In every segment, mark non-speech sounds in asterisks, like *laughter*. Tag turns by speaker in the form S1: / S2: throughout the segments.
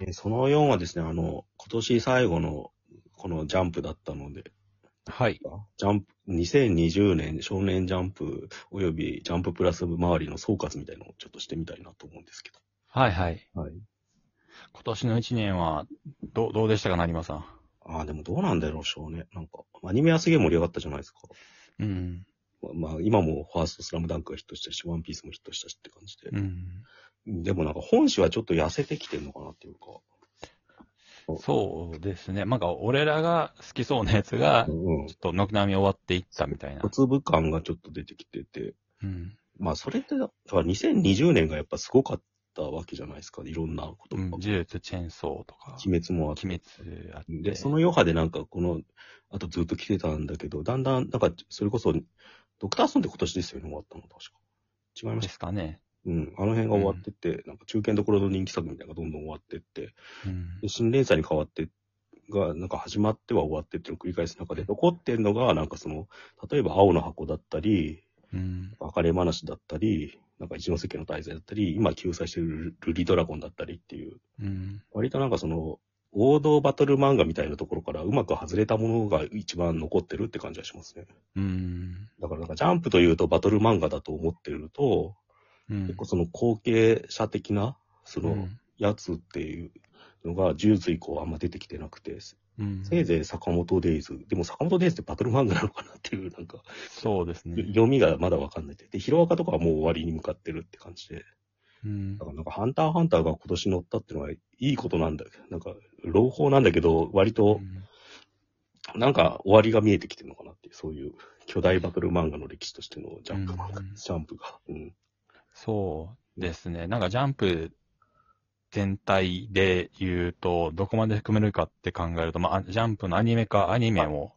S1: えその4はですね、あの、今年最後の、このジャンプだったので、
S2: はい。
S1: ジャンプ、2020年少年ジャンプ及びジャンププラス周りの総括みたいのをちょっとしてみたいなと思うんですけ
S2: はいはい。
S1: ど。はい。
S2: 今年の一年は、どう、どうでしたか、なりまさん。
S1: ああ、でもどうなんだろう、少年。なんか、アニメはすげえ盛り上がったじゃないですか。
S2: うん。
S1: まあ、今もファーストスラムダンクがヒットしたし、ワンピースもヒットしたしって感じで。
S2: うん。
S1: でもなんか本誌はちょっと痩せてきてんのかなっていうか。
S2: そうですね。なんか、俺らが好きそうなやつが、ちょ
S1: うん。
S2: っと軒並み終わっていったみたいな
S1: 小。粒感がちょっと出てきてて。
S2: うん。
S1: まあそれって、だから2020年がやっぱすごかったわけじゃないですか。いろんなこと
S2: う
S1: が。
S2: ん、呪
S1: 鬼
S2: 術チェーンソーとか、鬼
S1: 滅もあって。
S2: 滅あって。
S1: で、その余波でなんかこの、あとずっと来てたんだけど、だんだん、なんかそれこそ、ドクターソンって今年ですよね、終わったの確か。違いま
S2: で
S1: した。
S2: すかね。
S1: うん。あの辺が終わってって、なんか中堅どころの人気作みたいなのがどんどん終わってって、
S2: うん
S1: で。新連載に変わって、が、なんか始まっては終わってっていうのを繰り返す中で、残ってんのが、なんかその、例えば青の箱だったり、
S2: うん。
S1: 別れ話だったり、なんか一ノ関の大罪だったり、今救済してるルルリドラゴンだったりっていう、
S2: うん。
S1: 割となんかその、王道バトル漫画みたいなところからうまく外れたものが一番残ってるって感じはしますね。
S2: うん。
S1: だからなんかジャンプというとバトル漫画だと思ってると、
S2: うん
S1: 結構その後継者的な、そうの
S2: ん
S1: やつっていうのが呪術以降あんま出てきてなくて、
S2: うん
S1: せいぜい坂本デイズ。でも坂本デイズってバトル漫画なのかなっていう、なんか、
S2: そうですね。
S1: 読みがまだわかんないって。で、ヒロアカとかはもう終わりに向かってるって感じで。
S2: うん
S1: だ。からなんか、ハンターハンターが今年乗ったってのはいいことなんだけど、なんか、朗報なんだけど、割と、なんか終わりが見えてきてるのかなっていう、そういう巨大バトル漫画の歴史としてのジャンプ漫画、
S2: うん
S1: ジャンプが。うん。
S2: そうですね。なんかジャンプ全体で言うと、どこまで含めるかって考えると、まああ、ジャンプのアニメかアニメも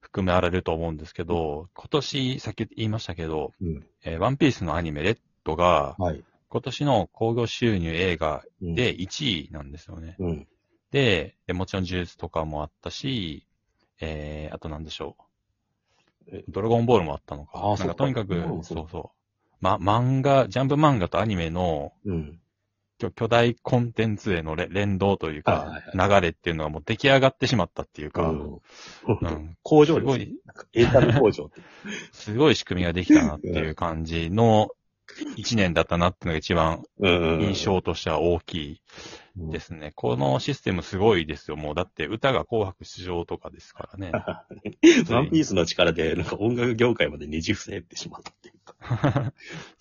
S2: 含められると思うんですけど、今年、さっき言いましたけど、
S1: うん。
S2: えーワンピースのアニメ、レッドが、
S1: はい。
S2: 今年の興行収入映画
S1: うん、
S2: で1位なんですよね。
S1: うん。
S2: で、でもちろん呪術とかもあったし、えー、あとなんでしょう
S1: え。
S2: ドラゴンボールもあったのか。
S1: あー
S2: な
S1: そ
S2: ん
S1: っか
S2: かとにか
S1: ド
S2: く
S1: ラゴンボール、もそう
S2: そうそう。ま、漫画、ジャンプ漫画とアニメの
S1: うん。
S2: 巨巨大コンテンツへのれ連動という
S1: はいは
S2: か、流れっていうのがもう出来上がってしまったっていうか、うん。
S1: うん、工場
S2: す
S1: で
S2: ご
S1: すね。
S2: い、
S1: なんかエータル工場
S2: *laughs*
S1: って。
S2: すごい仕組みができたなっていう感じの一年だったなっていうのが一番
S1: うん
S2: 印象としては大きい
S1: で
S2: ですね。このシステムすごいですよ。もうだって歌が紅白出場とかですからね。
S1: ワンピースの力で、なんか音楽業界までねじ伏せってしまったっていう
S2: *laughs*
S1: か。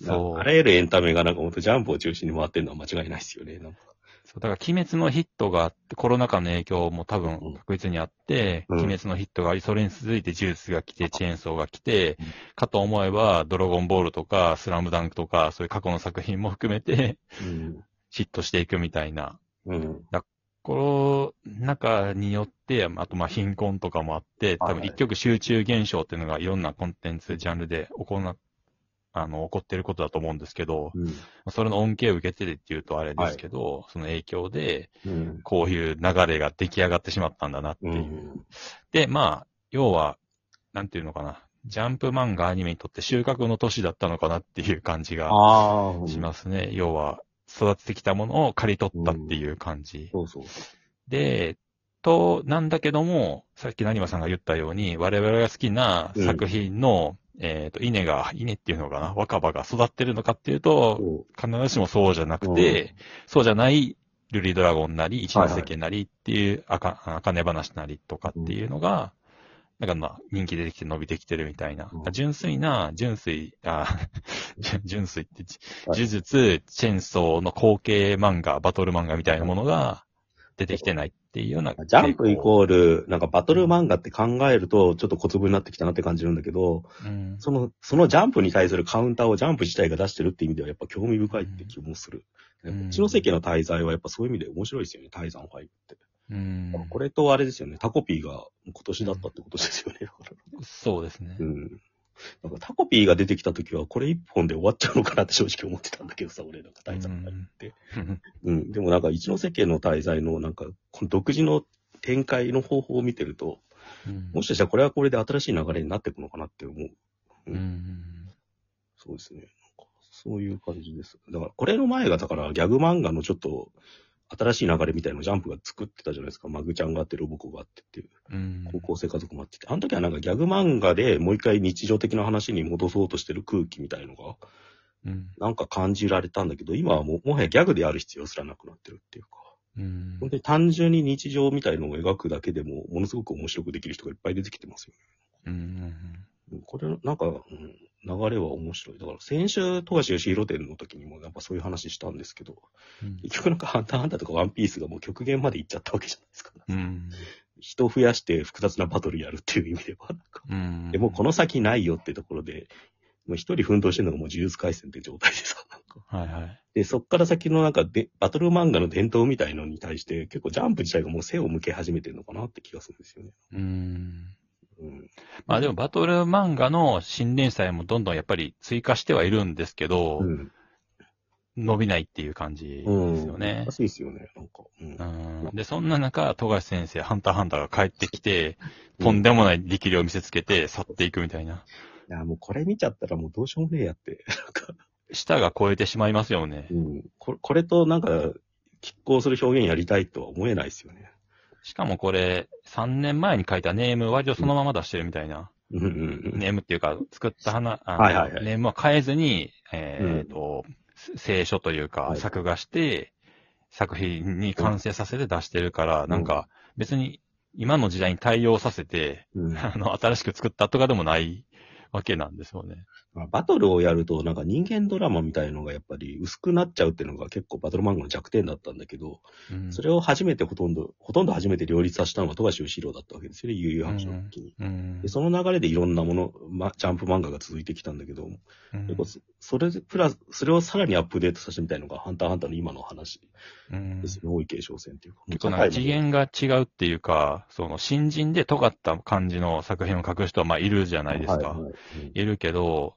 S2: そう。
S1: あらゆるエンタメがなんか本当ジャンプを中心に回ってるのは間違いないですよね。なんか。
S2: そう、だから、鬼滅のヒットがあって、コロナ禍の影響も多分確実にあって、
S1: うん
S2: 鬼滅のヒットがあり、それに続いて呪術が来て、チェーンソーが来て
S1: うん、
S2: かと思えば、ドラゴンボールとか、スラムダンクとか、そういう過去の作品も含めて、
S1: *laughs* うん。
S2: ヒットしていくみたいな。
S1: うん。
S2: この中によって、あとまあ貧困とかもあって、多
S1: は
S2: 分
S1: い
S2: 一極集中現象っていうのがいろんなコンテンツ、ジャンルで行な、あの、起こってることだと思うんですけど、
S1: うん。
S2: それの恩恵を受けてるっていうとあれですけど、その影響で、
S1: うん。
S2: こういう流れが出来上がってしまったんだなっていうう。
S1: ん。
S2: で、まあ、要は、なんていうのかな。ジャンプ漫画アニメにとって収穫の年だったのかなっていう感じが
S1: ああ。
S2: しますね。要は、育ててきたものを刈り取ったっていう感じ。
S1: そうそう。
S2: で、と、なんだけども、さっき成馬さんが言ったように、我々が好きな作品の、えっ、と、稲が、稲っていうのかな、若葉が育ってるのかっていうと、
S1: そ
S2: 必ずしもそうじゃなく
S1: う
S2: て
S1: ん、
S2: そうじゃないルリドラゴンなり、一ノ関なりっていう、あか、あかね話なりとかっていうのが、なんかまあ、人気出てきて伸びてきてるみたいな。
S1: うん
S2: 純粋な、純粋、あ、純 *laughs* 純粋って、じ
S1: はい
S2: 呪術、チェンソーの後継漫画、バトル漫画みたいなものが出てきてないっていうような。
S1: う。ジャンプイコール、なんかバトル漫画って考えると、ちょっと小粒になってきたなって感じるんだけど、
S2: うん。
S1: その、そのジャンプに対するカウンターをジャンプ自体が出してるって意味ではやっぱ興味深いって気もする。
S2: う
S1: うんん、一ノ関の滞在はやっぱそういう意味で面白いですよね、泰山入って。
S2: うん。
S1: これとあれですよね、タコピーが今年だったってことですよね。
S2: そうですね
S1: う。ん。なんかタコピーが出てきた時はこれ一本で終わっちゃうのかなって正直思ってたんだけどさ、俺なんか滞在入って。うん、でもなんか一ノ瀬家の滞在のなんか、この独自の展開の方法を見てると、
S2: うん
S1: もしかしたらこれはこれで新しい流れになっていくのかなって思う。
S2: うん。
S1: そうですね。なんかそういう感じです。だからこれの前がだからギャグ漫画のちょっと、新しい流れみたいのをジャンプが作ってたじゃないですか。マグちゃんがあって、ロボコがあってっていう、
S2: うん。
S1: 高校生家族もあってて、あの時はなんかギャグ漫画でもう一回日常的な話に戻そうとしてる空気みたいのが、
S2: うん。
S1: なんか感じられたんだけど、今はもう、もはやギャグである必要すらなくなってるっていうか、
S2: うん
S1: 本当に単純に日常みたいのを描くだけでも、ものすごく面白くできる人がいっぱい出てきてますよね
S2: うん。
S1: うんこれ、なんか、うん、流れは面白い。だから、先週、富樫義弘展の時にも、やっぱそういう話したんですけど、
S2: うん
S1: 結局なんか、ハンターハンターとかワンピースがもう極限までいっちゃったわけじゃないですか。
S2: うん。
S1: 人を増やして複雑なバトルやるっていう意味では、なんか、
S2: うん。
S1: でもうこの先ないよってところで、もう一人奮闘してるのがもう呪術廻戦って状態でさ、なんか。
S2: はいはい。
S1: で、そっから先のなんかで、バトル漫画の伝統みたいのに対して、結構ジャンプ自体がもう背を向け始めてるのかなって気がするんですよね。
S2: うん。
S1: うん。
S2: まあでもバトル漫画の新連載もどんどんやっぱり追加してはいるんですけど、
S1: うん。
S2: 伸びないっていう感じ
S1: うん。
S2: ですよね
S1: 難。しいですよね、なんか。うん
S2: うんで、そんな中、富樫先生、ハンターハンターが帰ってきて、とんでもない力量を見せつけて去っていくみたいな。
S1: いや、もうこれ見ちゃったらもうどうしようもねえやって。なんか、
S2: 舌が超えてしまいますよね。
S1: うん。これ、これとなんか、拮抗する表現やりたいとは思えないですよね。
S2: しかもこれ、3年前に書いたネーム、割とそのまま出してるみたいな。
S1: うんうんうん。
S2: ネームっていうか、作った花、あの
S1: はいはいはい
S2: ネームは変えずに、え
S1: うん
S2: っと、せ聖書という
S1: は
S2: か、
S1: い
S2: 作画して、作品に完成させて出してるから、
S1: ん
S2: なんか、別に今の時代に対応させて、
S1: うん
S2: あの、新しく作ったとかでもないわけなんですよね。
S1: まあバトルをやると、なんか人間ドラマみたいのがやっぱり薄くなっちゃうっていうのが結構バトル漫画の弱点だったんだけど、
S2: うん
S1: それを初めてほとんど、ほとんど初めて両立させたのが富樫義郎だったわけですよね、悠々白書の時に。
S2: うん
S1: で、その流れでいろんなもの、ま、ジャンプ漫画が続いてきたんだけど、
S2: うん
S1: 結構そそれで、プラス、それをさらにアップデートさせてみたいのが、ハンターハンターの今の話
S2: うん
S1: ですよね、大井継承戦っていうか。
S2: 結構なんか次元が違うっていうか、その新人で尖った感じの作品を書く人はまあいるじゃないですか。
S1: はいはいうん
S2: いるけど、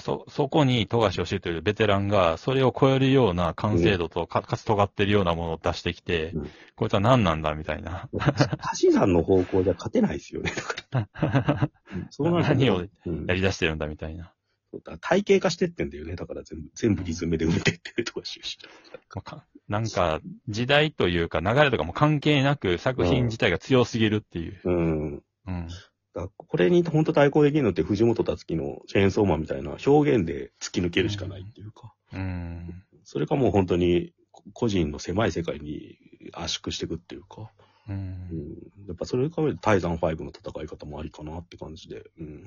S2: そ、そこに富樫義というベテランが、それを超えるような完成度と、かかつ尖ってるようなものを出してきて、
S1: うん
S2: こいつは何なんだみたいな。
S1: 足し算の方向じゃ勝てないですよね。
S2: *laughs*
S1: だからそうなると
S2: 何を
S1: うん
S2: やり出してるんだみたいな。
S1: そうだ体系化してってんだよね。だから全部、全部リズムで埋めてってるとかしゅし
S2: まあかなんか、時代というか流れとかも関係なく、作品自体が強すぎるっていう。
S1: うん。
S2: うん。
S1: だこれに本当対抗できるのって藤本達樹のチェーンソーマンみたいな表現で突き抜けるしかないっていうか、
S2: うん。
S1: それかもう本当にこ個人の狭い世界に圧縮していくっていうか、
S2: う
S1: うん
S2: ん。
S1: やっぱそれを考えるとタイザン5の戦い方もありかなって感じで、うん。
S2: うん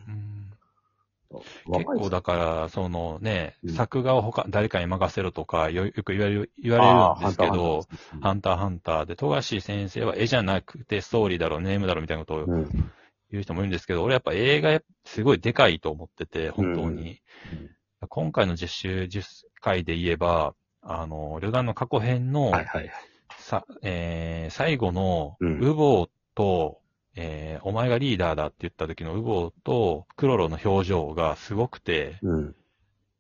S1: 若
S2: 結
S1: い
S2: 構だから、そのね
S1: う、ん
S2: 作画を他、誰かに任せろとか、よよく言われる、言われるんですけど、、
S1: あー
S2: ハンターハンターで、富樫先生は絵じゃなくてストーリーだろう、ネームだろうみたいなことを
S1: うん
S2: 言う人もいるんですけど、俺やっぱ映画すごいでかいと思ってて、本当に。今回の実習10回で言えば、あの、旅団の過去編の、
S1: はいはいはい。
S2: さえー最後の、
S1: うん
S2: ウボウと、えーお前がリーダーだって言った時のウボウとクロロの表情がすごくて、
S1: うん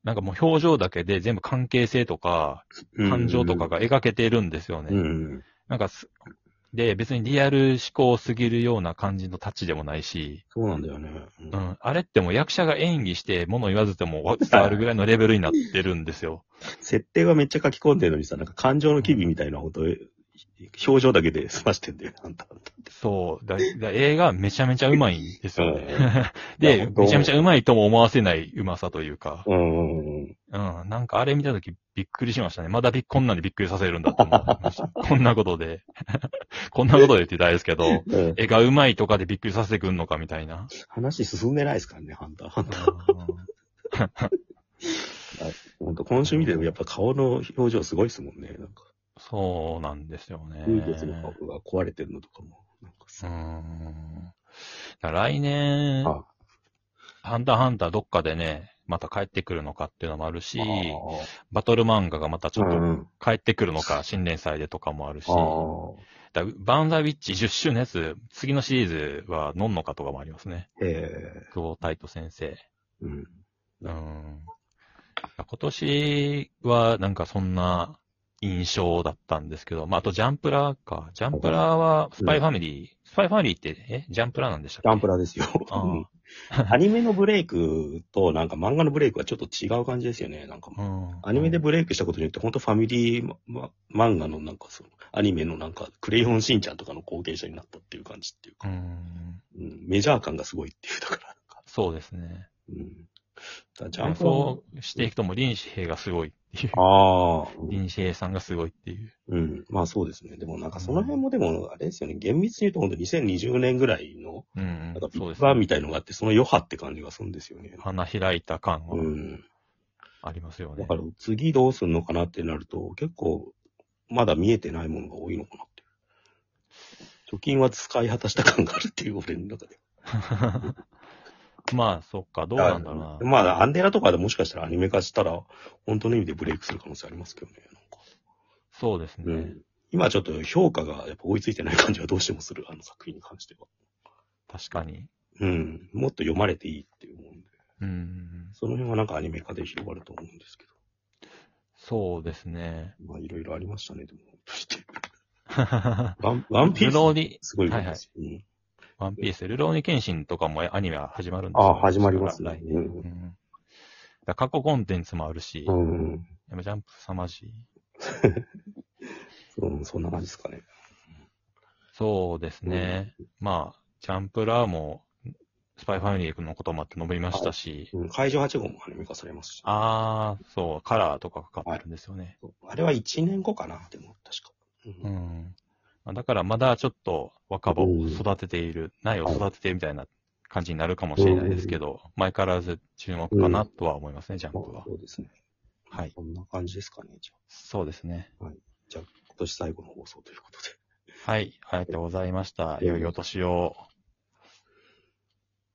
S2: なんかもう表情だけで全部関係性とか、感情とかが描けてるんですよね。
S1: うんうん
S2: なんかす、で、別にリアル思考すぎるような感じのタッチでもないし、
S1: そうなんだよね。うん
S2: うん、あれってもう役者が演技して物言わずてもわ伝わるぐらいのレベルになってるんですよ。
S1: 設定はめっちゃ書き込んでるのにさ、なんか感情の機微みたいなこと、表情だけで済ましてんだよね、あんた。
S2: そう。だだ映画めちゃめちゃうまいんですよね。
S1: うんいや
S2: で、
S1: 本当
S2: めちゃめちゃうまいとも思わせないうまさというか、
S1: うんうんうん。
S2: うん、なんかあれ見たときびっくりしましたね。まだびこんなんでびっくりさせるんだと思いました。 *laughs* こんなことで。こんなことでって言ったらあれですけど、
S1: うん
S2: 絵がうまいとかでびっくりさせてくんのかみたいな。
S1: 話進んでないですからね、ハンター。ハンター。
S2: うん
S1: ほんと、今週見てもやっぱ顔の表情すごいですもんね。なんか、
S2: そうなんですよね。
S1: 風月の顔が壊れてるのとかも。なんか
S2: うー
S1: さ、
S2: ん。だから来年、
S1: あ
S2: ハンターハンターどっかでね、また帰ってくるのかっていうのもあるし
S1: あ、
S2: バトル漫画がまたち
S1: ー
S2: ょっ
S1: う
S2: と
S1: ん
S2: 帰ってくるのか、新連載でとかもあるし、
S1: あー。
S2: だからバンザーウィッチ10周のやつ、次のシリーズはノンノカとかもありますね。
S1: え
S2: 久保タイト先生。
S1: えうん。
S2: うーん。今年はなんかそんな印象だったんですけど、まあ、あとジャンプラーか。ジャンプラーはスパイファミリー。スパイファミリーって、えジャンプラーなんでしたっけ
S1: ガンプラですよ。
S2: ああ
S1: うんアニメのブレイクとなんか漫画のブレイクはちょっと違う感じですよね。なんか、
S2: うん
S1: アニメでブレイクしたことによって、本当ファミリー、ま、漫画のなんかその、アニメのなんか、クレヨンしんちゃんとかの後継者になったっていう感じっていう
S2: う
S1: か、
S2: ん。
S1: うんメジャー感がすごいっていう、だからなんか、
S2: そうですね。
S1: うん。だからジャンプは
S2: そうしていくともう、林志平がすごいっていう。
S1: ああ、うん
S2: 林志平さんがすごいっていう。
S1: うん。まあそうですね。でもなんかその辺もでも、あれですよね。厳密に言うと本当2020年ぐらいの、
S2: うん
S1: なん
S2: う
S1: か
S2: ん。
S1: ビ
S2: そうで
S1: ッ
S2: す
S1: グバンみ
S2: ね。
S1: たいのがあって、その余波って感じがするんですよね。
S2: 花開いた感
S1: う
S2: は
S1: ん。
S2: ありますよ
S1: だ
S2: ね。
S1: から次どうするのかなってなると、結構、まだ見えてないものが多いのかなっていう。貯金は使い果たした感があるっていう、俺の中で。
S2: *laughs* まあ、そっか、どうなんだろうな。
S1: まあ、アンデラとかでもしかしたらアニメ化したら、本当の意味でブレイクする可能性ありますけどね。
S2: そうです
S1: なんか
S2: ね。
S1: 今ちょっと評価がやっぱ追いついてない感じはどうしてもする、あの作品に関しては。
S2: 確かに。
S1: うん。もっと読まれていいって思うんで。
S2: うん。
S1: その辺はなんかアニメ化で広がると思うんですけ
S2: そうですね。 *laughs*
S1: ど。まあ、いろいろありましたね、でも。本当にワンワンピー
S2: ルロー
S1: ス
S2: ニ、
S1: すごい良かったですうん
S2: ワンピース、ルローニケンシンとかもアニメは始まるんです
S1: あ
S2: よ
S1: あ、始まりますね
S2: 来。
S1: う。
S2: うんん。だから過去コンテンツもあるし、やっ
S1: うん。
S2: ぱジャンプ凄まじい。
S1: そうそんな感じですかね。
S2: そうですね。まあ、ジャンプラーも、スパイファミリーのこともあって述べましたし、
S1: うん怪獣8号もアニメ化されますし。
S2: あー、そう、カラーとかかかってるんですよね。
S1: あれは1年後かな、でも、確か。う
S2: う
S1: ん
S2: ん。まあだからまだちょっと若葉を育てている、苗を育てているみたいな感じになるかもしれないですけど、相変わらず注目かなとは思いますね、ジャンプ
S1: まあ
S2: は。
S1: そうですね。
S2: はい。
S1: こんな感じですかね、じゃあ。
S2: そうですね。
S1: 今年最後の放送ということで。
S2: はい。ありがとうございました。
S1: うん
S2: 良いお年を。